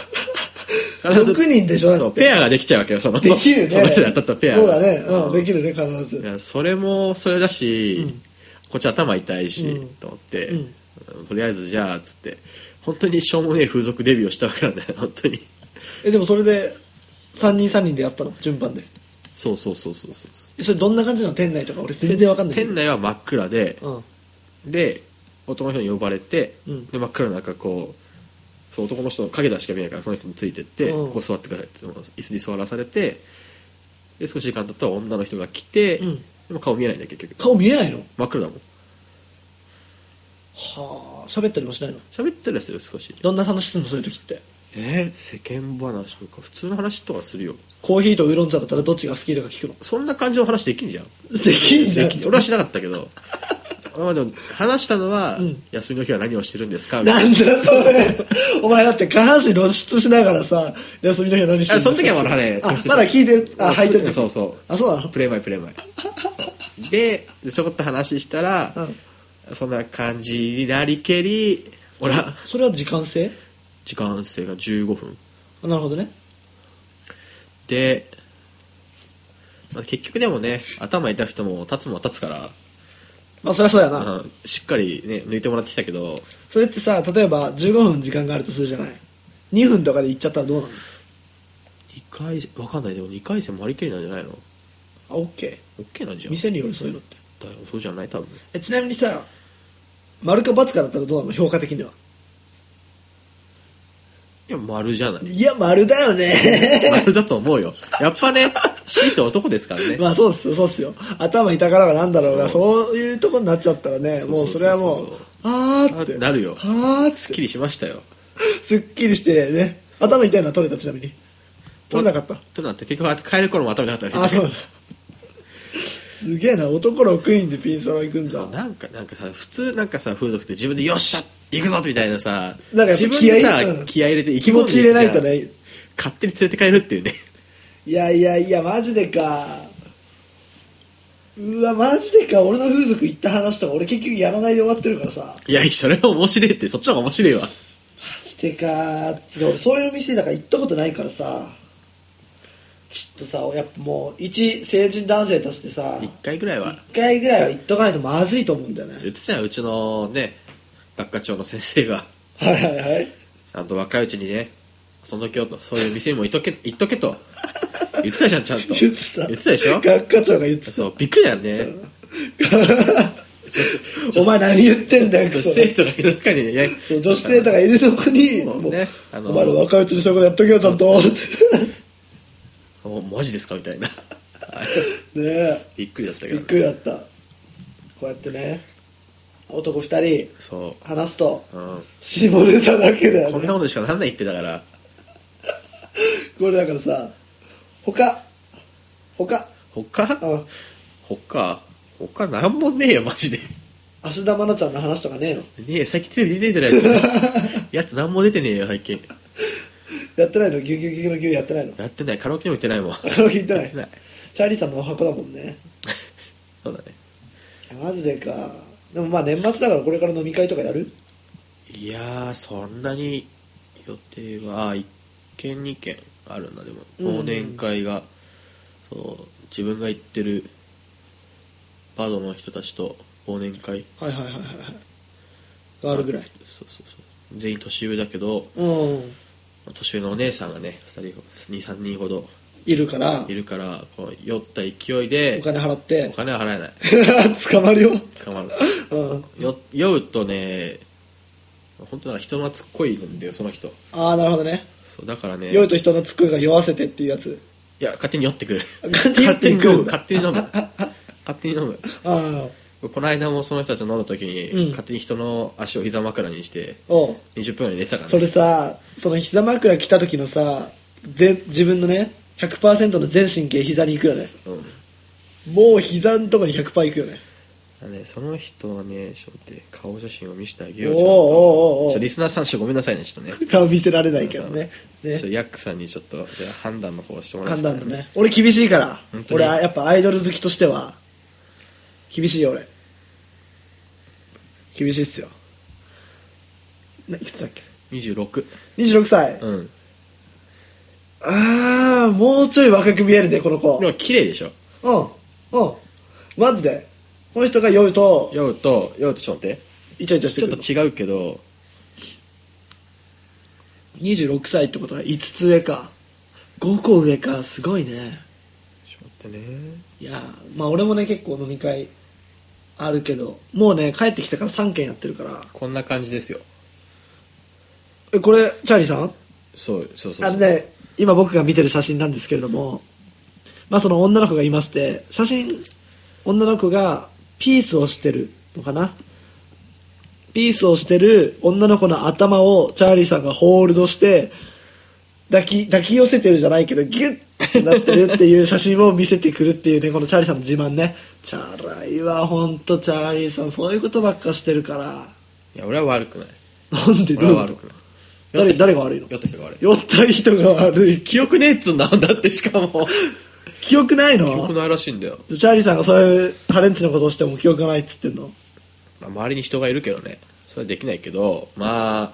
Speaker 1: 6人でしょだって
Speaker 2: そうペアができちゃうわけよその
Speaker 1: できるね
Speaker 2: その人で当たったペア
Speaker 1: そう
Speaker 2: が
Speaker 1: だねうんできるね必
Speaker 2: い
Speaker 1: ず
Speaker 2: やそれもそれだし、
Speaker 1: うん
Speaker 2: こっち頭痛いし、
Speaker 1: うん
Speaker 2: と思って、
Speaker 1: うん
Speaker 2: とりあえずじゃあっつって本当にしょうもねえ風俗デビューをしたわけなんだよ本当に
Speaker 1: えでもそれで3人3人でやったの順番で
Speaker 2: そうそうそうそうそう
Speaker 1: えそれどんな感じなの店内とか俺全然わかんない
Speaker 2: 店内は真っ暗で、
Speaker 1: うん
Speaker 2: で男の人に呼ばれて、
Speaker 1: うん
Speaker 2: で真っ暗の中こうそう男の人の影だしか見えないからその人についてって、
Speaker 1: うん
Speaker 2: ここ座ってくださいって椅子に座らされてで少し時間経ったら女の人が来て、
Speaker 1: うん
Speaker 2: でも顔見えないんだよ結局
Speaker 1: 顔見えないの
Speaker 2: 真っ暗だもん
Speaker 1: はあ喋ったりもしないの
Speaker 2: 喋ったりする少し
Speaker 1: どんな話すんのそういう時って
Speaker 2: え世間話とか普通の話とかするよ
Speaker 1: コーヒーとウーロン茶だったらどっちが好きとか聞くの
Speaker 2: そんな感じの話できんじゃん
Speaker 1: できんじゃん
Speaker 2: でき俺はしなかったけど まあでも話したのは、
Speaker 1: うん
Speaker 2: 休みの日は何をしてるんですかみた
Speaker 1: ないんだそれお前だって下半身露出しながらさ休みの日は何して
Speaker 2: な
Speaker 1: る
Speaker 2: あその時はまだ
Speaker 1: だ
Speaker 2: ね
Speaker 1: あまだ聞いてるあ履いてる時
Speaker 2: そうそう
Speaker 1: あそうなの
Speaker 2: プレイマイプレイマイででちょこっと話したら、
Speaker 1: うん
Speaker 2: そんな感じになりけり俺は
Speaker 1: それは時間制
Speaker 2: 時間制が15分
Speaker 1: あなるほどね
Speaker 2: で、まあ結局でもね頭痛い人も立つもんは立つから
Speaker 1: まあそりゃそうやな、
Speaker 2: うんしっかりね抜いてもらってきたけど
Speaker 1: それってさ例えば15分時間があるとするじゃない2分とかで行っちゃったらどうなの
Speaker 2: 2回わかんないでも2回戦も割り切りなんじゃないの
Speaker 1: あオッケ
Speaker 2: OK なんじ
Speaker 1: ー
Speaker 2: ゃん
Speaker 1: 店によるそういうのって
Speaker 2: だよそうじゃない多分
Speaker 1: えちなみにさ丸か×かだったらどうなの評価的にはい
Speaker 2: や丸じゃない
Speaker 1: いや丸だよ ね
Speaker 2: 丸だと思うよやっぱね C って男ですからね、
Speaker 1: まあそうっすよそうっすよ頭痛からがなんだろうがそういうとこになっちゃったらね
Speaker 2: そう
Speaker 1: もうそれはもう
Speaker 2: そうそうそう
Speaker 1: あーって
Speaker 2: あなるよ
Speaker 1: あーって
Speaker 2: すっきりしましたよ
Speaker 1: すっきりしてね頭痛いのは取れたちなみに取れなかった
Speaker 2: となって結局帰る頃も頭痛かった
Speaker 1: あそうだすげえな男6人でピンサロ行くんだ
Speaker 2: なんかなんかさ普通なんかさ風俗って自分で「よっしゃ行くぞ!」みたいなさ
Speaker 1: なんかやっぱ
Speaker 2: 自分で
Speaker 1: 気
Speaker 2: さ
Speaker 1: 合いうん
Speaker 2: 気合い入れて意
Speaker 1: 気持ち入れないとね
Speaker 2: 勝手に連れて帰るっていうね
Speaker 1: いやいやいやマジでかうわマジでか俺の風俗行った話とか俺結局やらないで終わってるからさ
Speaker 2: いやそれは面白いってそっちの方が面白いわ
Speaker 1: マジでかつうか俺そういう店だから行ったことないからさちょっとさやっぱもう一成人男性としてさ
Speaker 2: 一回ぐらいは
Speaker 1: 一回ぐらいは行っとかないとまずいと思うんだよね
Speaker 2: 言ってたようちのね学科長の先生が
Speaker 1: はいはいはい
Speaker 2: ちゃんと若いうちにねその今日とそういう店にも行っとけ行っとけと言ってたじゃんちゃんと
Speaker 1: 言ってた
Speaker 2: 言ってたでしょ
Speaker 1: 学科長が言ってた
Speaker 2: そうびっくりだよね
Speaker 1: お前何言ってんだよクソ
Speaker 2: 生徒がいる中にねいや
Speaker 1: そう女子生徒がいるとこに
Speaker 2: そう
Speaker 1: もう
Speaker 2: ねあの
Speaker 1: お前ら若いうちにそういうことやっとけよちゃんと」
Speaker 2: おマジですかみたいな
Speaker 1: ねえ
Speaker 2: びっくりだったけ
Speaker 1: びっ
Speaker 2: ど
Speaker 1: くりだったこうやってね男2人
Speaker 2: そ
Speaker 1: 話すと
Speaker 2: う、うん、
Speaker 1: 下ネタだけだよ
Speaker 2: こん
Speaker 1: ね
Speaker 2: なことしかなんないってだから
Speaker 1: これだからさ他他
Speaker 2: 他
Speaker 1: あ
Speaker 2: 他他なんもねえよマジでね
Speaker 1: 芦田愛菜ちゃんの話とかねえの
Speaker 2: え最近テレビ出てない やつやつなんも出てねえよ最近
Speaker 1: やってないのギュギュギュギュのギュやってないの
Speaker 2: やってないカラオケにも行ってないもん
Speaker 1: カラオケ行ってな
Speaker 2: やってない
Speaker 1: いチャーリーさんのお箱だもんね
Speaker 2: そうだね
Speaker 1: マジでかでもまあ年末だからこれから飲み会とかやる
Speaker 2: いやーそんなに予定は1件2件あるんだでも
Speaker 1: うん
Speaker 2: 忘年会が、そう自分が行ってるバドの人たちと忘年会
Speaker 1: はいはいはいはいはいがあるぐらい
Speaker 2: そうそうそう全員年上だけど
Speaker 1: うん
Speaker 2: 年上のお姉さんがね2人23人ほど
Speaker 1: いるから
Speaker 2: いるからこう酔った勢い
Speaker 1: お
Speaker 2: で
Speaker 1: 金払っ
Speaker 2: お
Speaker 1: て
Speaker 2: 金は払えない
Speaker 1: 捕まるよ、
Speaker 2: 捕まる
Speaker 1: うん、
Speaker 2: よ酔うとね本当なんか人懐っこいんだよその人
Speaker 1: ああなるほどね
Speaker 2: そうだからね
Speaker 1: 酔うと人のつくが酔わせてっていうやつ
Speaker 2: いや勝手に酔ってくる
Speaker 1: 勝手に酔ってく
Speaker 2: 勝手に飲
Speaker 1: る
Speaker 2: む
Speaker 1: んだ
Speaker 2: 勝手に飲む勝手に飲む
Speaker 1: ああ
Speaker 2: この間もその人たちと飲んだ時に、
Speaker 1: うん
Speaker 2: 勝手に人の足を膝枕にして
Speaker 1: おう
Speaker 2: 20分ぐらい寝てたから、ね、
Speaker 1: それさその膝枕来た時のさぜ自分のね100%の全神経膝に行くよね
Speaker 2: うん
Speaker 1: もう膝のとこに100%行くよね
Speaker 2: あのね、その人はねちょっと待って顔写真を見せてあげよ
Speaker 1: お
Speaker 2: う
Speaker 1: う
Speaker 2: ちょっ
Speaker 1: おうおう
Speaker 2: と
Speaker 1: おう
Speaker 2: リスナーさんちょっとごめんなさいねちょっとね
Speaker 1: 顔見せられないけどね
Speaker 2: ちょ
Speaker 1: ね
Speaker 2: っとヤックさんにちょっとじゃあ判断の方をしてもらいま
Speaker 1: 判
Speaker 2: しょう
Speaker 1: 断のね俺厳しいから
Speaker 2: 本当に
Speaker 1: 俺はやっぱアイドル好きとしては厳しいよ俺厳しいっすよないくつだっけ
Speaker 2: 26
Speaker 1: 26歳、
Speaker 2: うん
Speaker 1: ああもうちょい若く見えるねこの子
Speaker 2: でも綺麗でしょ
Speaker 1: うんうんマジでこの人が酔うと
Speaker 2: 酔うと酔うとちょっと待って
Speaker 1: イチャイチャして
Speaker 2: ちょ
Speaker 1: く
Speaker 2: っ
Speaker 1: る
Speaker 2: と
Speaker 1: の
Speaker 2: 違うけど
Speaker 1: 26歳ってことは5つ上か5個上かすごいね
Speaker 2: ちょっと待ってね
Speaker 1: いやーまあ俺もね結構飲み会あるけどもうね帰ってきたから3件やってるから
Speaker 2: こんな感じですよ
Speaker 1: えこれチャーリーさん
Speaker 2: そうそうそう
Speaker 1: あのね今僕が見てる写真なんですけれどもまあその女の子がいまして写真女の子がピースをしてるのかなピースをしてる女の子の頭をチャーリーさんがホールドして抱き抱き寄せてるじゃないけどギュッてなってるっていう写真を見せてくるっていうねこのチャーリーさんの自慢ねチャラいわほんとチャーリーさんそういうことばっかしてるから
Speaker 2: いや俺は悪くない
Speaker 1: なんで
Speaker 2: 俺
Speaker 1: ど
Speaker 2: は
Speaker 1: う
Speaker 2: 悪くない
Speaker 1: 誰誰が悪いの
Speaker 2: 酔った人が悪い
Speaker 1: 酔った人が悪い
Speaker 2: 記憶ねえっつうんだだってし かも
Speaker 1: 記憶ないの
Speaker 2: 記憶ないらしいんだよ、
Speaker 1: チャーリーさんがそういうタレンチのことをしても記憶がないっつってんの
Speaker 2: まあ、周りに人がいるけどねそれはできないけどまあ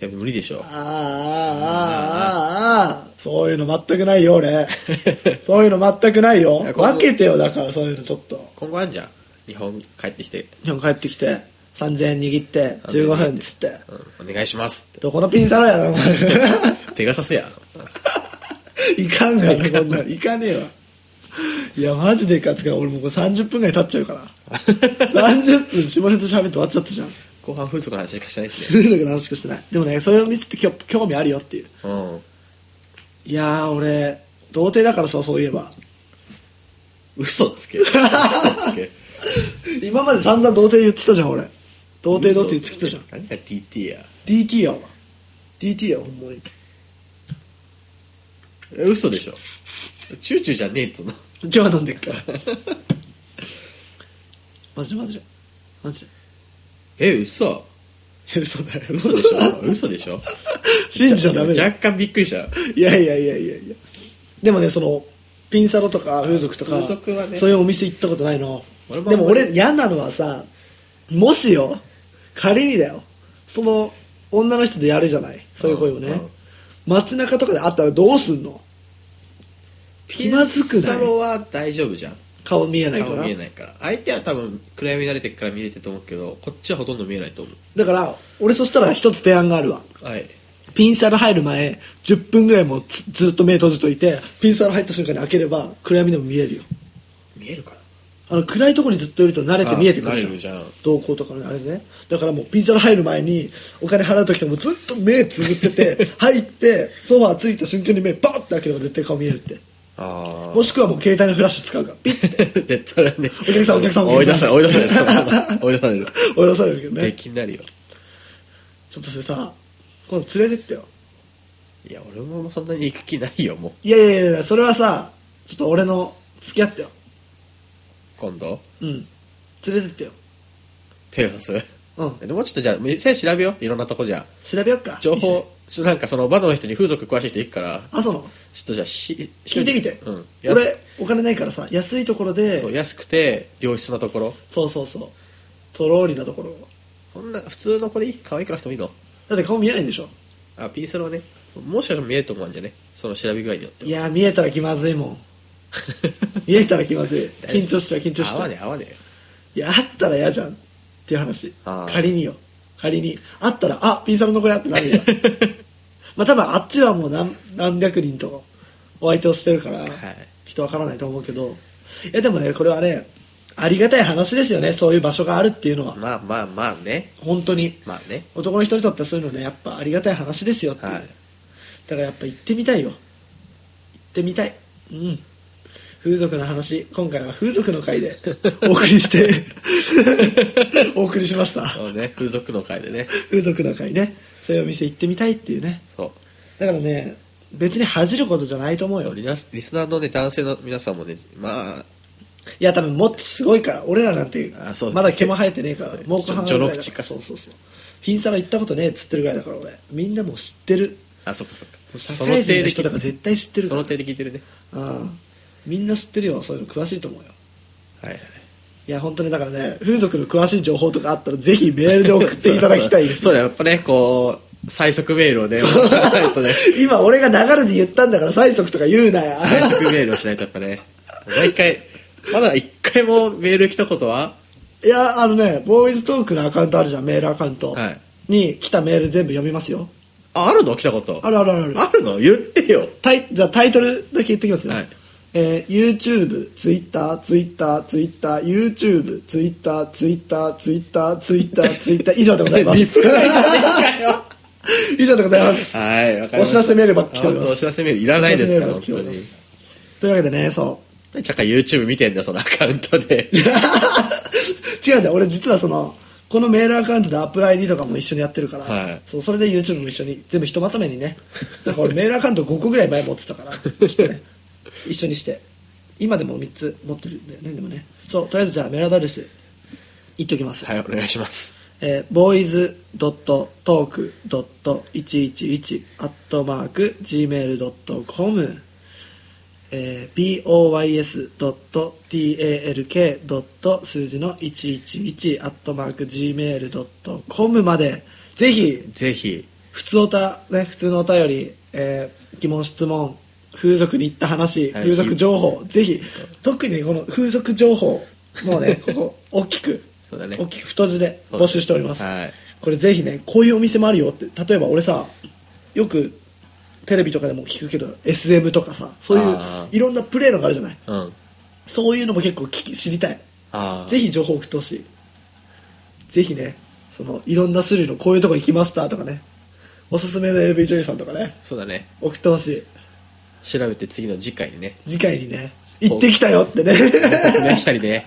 Speaker 2: やっぱ無理でしょ
Speaker 1: ああああああそういうの全くない よ俺そういうの全くないよ
Speaker 2: いやここ
Speaker 1: 分けてよだからそういうのちょっと
Speaker 2: 今後あんじゃん日本帰ってきて、
Speaker 1: 日本帰ってきて3000円握って15分っつって
Speaker 2: うん、お願いしますって
Speaker 1: どこのピンサロやろお 前
Speaker 2: ペガサスや
Speaker 1: いかんがなこんなんいかねえわいやマジでいかんつか俺もうこれ30分ぐらい経っちゃう から30分下ネタ喋って終わっちゃった じゃん
Speaker 2: 後半風俗の話しかしてな いしね
Speaker 1: 数学の話しかしてないでもねそれを見せてきょ興味あるよっていう
Speaker 2: うん
Speaker 1: いやー俺童貞だからさそういえば
Speaker 2: 嘘 つけ嘘つけ
Speaker 1: 今まで散々童貞言ってたじゃん俺童貞童貞言ってきたじゃん
Speaker 2: 嘘つけ何が TT や
Speaker 1: DT やわ DT やわほんまに
Speaker 2: え嘘でしょチューチューじゃねえっつうの
Speaker 1: じゃあなんでっか マジでマジでマジで
Speaker 2: え嘘
Speaker 1: いや嘘だよ
Speaker 2: 嘘で しょ嘘でしょ
Speaker 1: 信じちゃダメだよ
Speaker 2: 若干びっくりした
Speaker 1: いやいやいやいやいやでもねそのピンサロとか風俗とか
Speaker 2: 風俗はね
Speaker 1: そういうお店行ったことないの
Speaker 2: 俺もあん
Speaker 1: で
Speaker 2: まり
Speaker 1: も俺嫌なのはさもしよ仮にだよその女の人でやるじゃないそういう声をね、
Speaker 2: うんうん
Speaker 1: 街中とかで会ったらどうすんの気まずく
Speaker 2: ピンサ
Speaker 1: ない
Speaker 2: ロは大丈夫じゃん
Speaker 1: 顔見えないか
Speaker 2: 顔
Speaker 1: ら
Speaker 2: 見えないから相手は多分暗闇慣れてるから見れてると思うけどこっちはほとんど見えないと思
Speaker 1: だから俺そしたら一つ提案があるわ
Speaker 2: うはい
Speaker 1: ピンサロ入る前10分ぐらいもうずずっと目閉じといてピンサロ入った瞬間に開ければ暗闇でも見えるよ
Speaker 2: 見えるかな
Speaker 1: あの暗いところにずっといると慣れて見えてくるじゃ
Speaker 2: あ慣れ
Speaker 1: ん
Speaker 2: るじゃん
Speaker 1: 瞳孔とかのあれねだからもうピンサロ入る前にお金払う時とかもずっと目つぶって て入ってソファーついた瞬間に目バーって開ければ絶対顔見えるって
Speaker 2: あ
Speaker 1: もしくはもう携帯のフラッシュ使うからピッ
Speaker 2: あ 絶対ね
Speaker 1: お客さんお客さん
Speaker 2: 追い出され追
Speaker 1: お
Speaker 2: い
Speaker 1: 客
Speaker 2: 出さ
Speaker 1: さん
Speaker 2: れる 追い出される
Speaker 1: 追い出されるけど
Speaker 2: 出
Speaker 1: ね
Speaker 2: 禁になるよ
Speaker 1: ちょっとそれさ今度連れてってよ
Speaker 2: いや俺もそんなに行く気ないよもう
Speaker 1: いやいやいやそれはさちょっと俺の付き合ってよ
Speaker 2: 今度
Speaker 1: うん連れてってよ
Speaker 2: ペガサス
Speaker 1: うん
Speaker 2: でもうちょっとじゃあ店調べよういろんなとこじゃ
Speaker 1: 調べよっか
Speaker 2: 情報ちょなんかそのバドの人に風俗詳しい人行くから
Speaker 1: あその
Speaker 2: ちょっとじゃあし
Speaker 1: 聞いてみて、
Speaker 2: うん
Speaker 1: 俺お金ないからさ安いところで
Speaker 2: そう安くて良質なところ
Speaker 1: そうそうそうとろーりなところ
Speaker 2: こんな普通の子でいい可愛くなくてもいいの
Speaker 1: だって顔見えないんでしょ
Speaker 2: あピンサロはねもしかしたら見えると思うんじゃねその調べ具合によって
Speaker 1: いやー見えたら気まずいもん見えたら気まずい
Speaker 2: 大
Speaker 1: 緊
Speaker 2: 丈
Speaker 1: 張
Speaker 2: 夫
Speaker 1: しちゃう緊張し
Speaker 2: 合
Speaker 1: ちゃ
Speaker 2: わ
Speaker 1: う
Speaker 2: ねえ合わねえよ
Speaker 1: いやあったら嫌じゃんっていう話
Speaker 2: あー
Speaker 1: 仮によ仮にあったらあピンサロの子やってなる よまあ多分あっちはもう何何百人とお相手をしてるから、
Speaker 2: はい
Speaker 1: 人わからないと思うけどいやでもねこれはねありがたい話ですよねそういう場所があるっていうのは
Speaker 2: まあまあまあね
Speaker 1: 本当に
Speaker 2: まあね
Speaker 1: 男の人にとってはそういうのねやっぱありがたい話ですよっていう、
Speaker 2: はい
Speaker 1: だからやっぱ行ってみたいよ行ってみたいうん風俗の話今回は風俗の回 でお送りして お送りしました
Speaker 2: そうね風俗の会でね
Speaker 1: 風俗の回ねそういうお店行ってみたいっていうね
Speaker 2: そう
Speaker 1: だからね別に恥じることじゃないと思うよ
Speaker 2: リナ リスナーのね男性の皆さんもねまあ
Speaker 1: いや多分もっとすごいから俺らなんて
Speaker 2: あそう
Speaker 1: まだ毛も生えてねえから
Speaker 2: そう
Speaker 1: もう半ぐらいだ
Speaker 2: 序の口
Speaker 1: から
Speaker 2: か
Speaker 1: そうそうそうピンサロ行ったことねえっつってるぐらいだから俺みんなもう知ってる
Speaker 2: あそっかそっか
Speaker 1: もう社会人の人だから絶対知ってる
Speaker 2: そ
Speaker 1: から
Speaker 2: の手で聞いてるね
Speaker 1: うんみんな知ってるよそういうの詳しいと思うよ
Speaker 2: はいはい
Speaker 1: いや本当にだからね風俗の詳しい情報とかあったらぜひメールで送っていただきたいです
Speaker 2: そうだやっぱねこう最速メールをね送らないとね
Speaker 1: 今俺が流れで言ったんだから催促とか言うなや
Speaker 2: 最速メールをしないとやっぱね毎回まだ一回もメール来たことはい
Speaker 1: やあのねボーイズトークのアカウントあるじゃんメールアカウント、
Speaker 2: はい
Speaker 1: に来たメール全部読みますよ
Speaker 2: ああるの来たこと
Speaker 1: あるあるあるある
Speaker 2: あるの言ってよ
Speaker 1: タイじゃあタイトルだけ言ってきますね、
Speaker 2: はい
Speaker 1: えー、YouTube、Twitter、Twitter、Twitter、YouTube、Twitter、Twitter、Twitter、Twitter、Twitter 以上でござい ます。 以上でございます。
Speaker 2: はいわかりました
Speaker 1: お知らせメールばっか来ております
Speaker 2: あ本当お知らせメールいらないですから
Speaker 1: お
Speaker 2: 本
Speaker 1: 知らせ
Speaker 2: 当
Speaker 1: メールばっか来ており
Speaker 2: に
Speaker 1: まというわけでね、そ
Speaker 2: ちゃっか YouTube 見てんだそのアカウントで
Speaker 1: う。違うんだよ、俺実はその、このメールアカウントで AppleID とかも一緒にやってるから、
Speaker 2: はい
Speaker 1: そうそれで YouTube も一緒に、全部ひとまとめにね、なんか俺メールアカウント5個ぐらい前持ってたから、ちょっと ね、一緒にして、今でも3つ持ってるんだよね、でもね。そう、とりあえずじゃあメールアドレス、言っときます。
Speaker 2: はいお願いします
Speaker 1: えー、boys.talk.111.gmail.com えー、boys.talk. 数字の 111.gmail.com までぜひ
Speaker 2: ぜひ
Speaker 1: 普通おた、ね、普通のお便り、えー疑問質問風俗に行った話
Speaker 2: はい
Speaker 1: 風俗情報ぜひ特にこの風俗情報もう ねここ大きく
Speaker 2: そうだね
Speaker 1: 大きく太字で募集しております、
Speaker 2: はい
Speaker 1: これぜひねこういうお店もあるよって例えば俺さよくテレビとかでも聞くけど SM とかさそういう
Speaker 2: あー
Speaker 1: いろんなプレーのがあるじゃない
Speaker 2: うん
Speaker 1: そういうのも結構聞き知りたい
Speaker 2: ああ
Speaker 1: ぜひ情報送ってほしいぜひねそのいろんな種類のこういうとこ行きましたとかねおすすめの AV 女優さんとかね
Speaker 2: そうだね
Speaker 1: 送ってほしい
Speaker 2: 調べて次の次回にね
Speaker 1: 次回にね行ってきたよってね
Speaker 2: お願いしたりね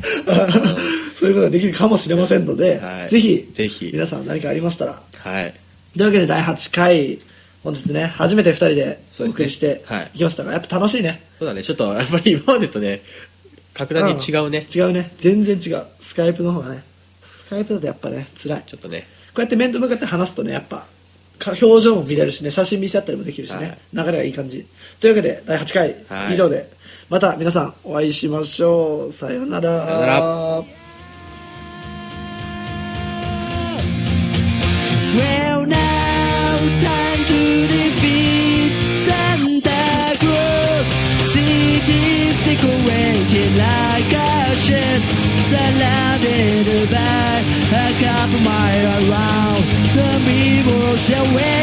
Speaker 1: そういうことができるかもしれませんので、
Speaker 2: はい
Speaker 1: ぜひ
Speaker 2: ぜひ
Speaker 1: 皆さん何かありましたら
Speaker 2: はい
Speaker 1: というわけで第8回本日ね初めて2人でお送りし
Speaker 2: そう
Speaker 1: て
Speaker 2: ですねはい
Speaker 1: いきましたが、やっぱ楽しいね
Speaker 2: そうだねちょっとやっぱり今までとね格段に違うね
Speaker 1: 違うね全然違うスカイプの方がねスカイプだとやっぱね辛い
Speaker 2: ちょっとね
Speaker 1: こうやって面と向かって話すとねやっぱか表情も見れるしね写真見せ合ったりもできるしね、流れがいい感じというわけで第8回、
Speaker 2: はい
Speaker 1: 以上でまた皆さんお会いしましょうさようなら
Speaker 2: さようなら
Speaker 3: Well now, time to defeat Santa Claus. CG's decorated like a ship, surrounded by a couple mile around. The people shall win.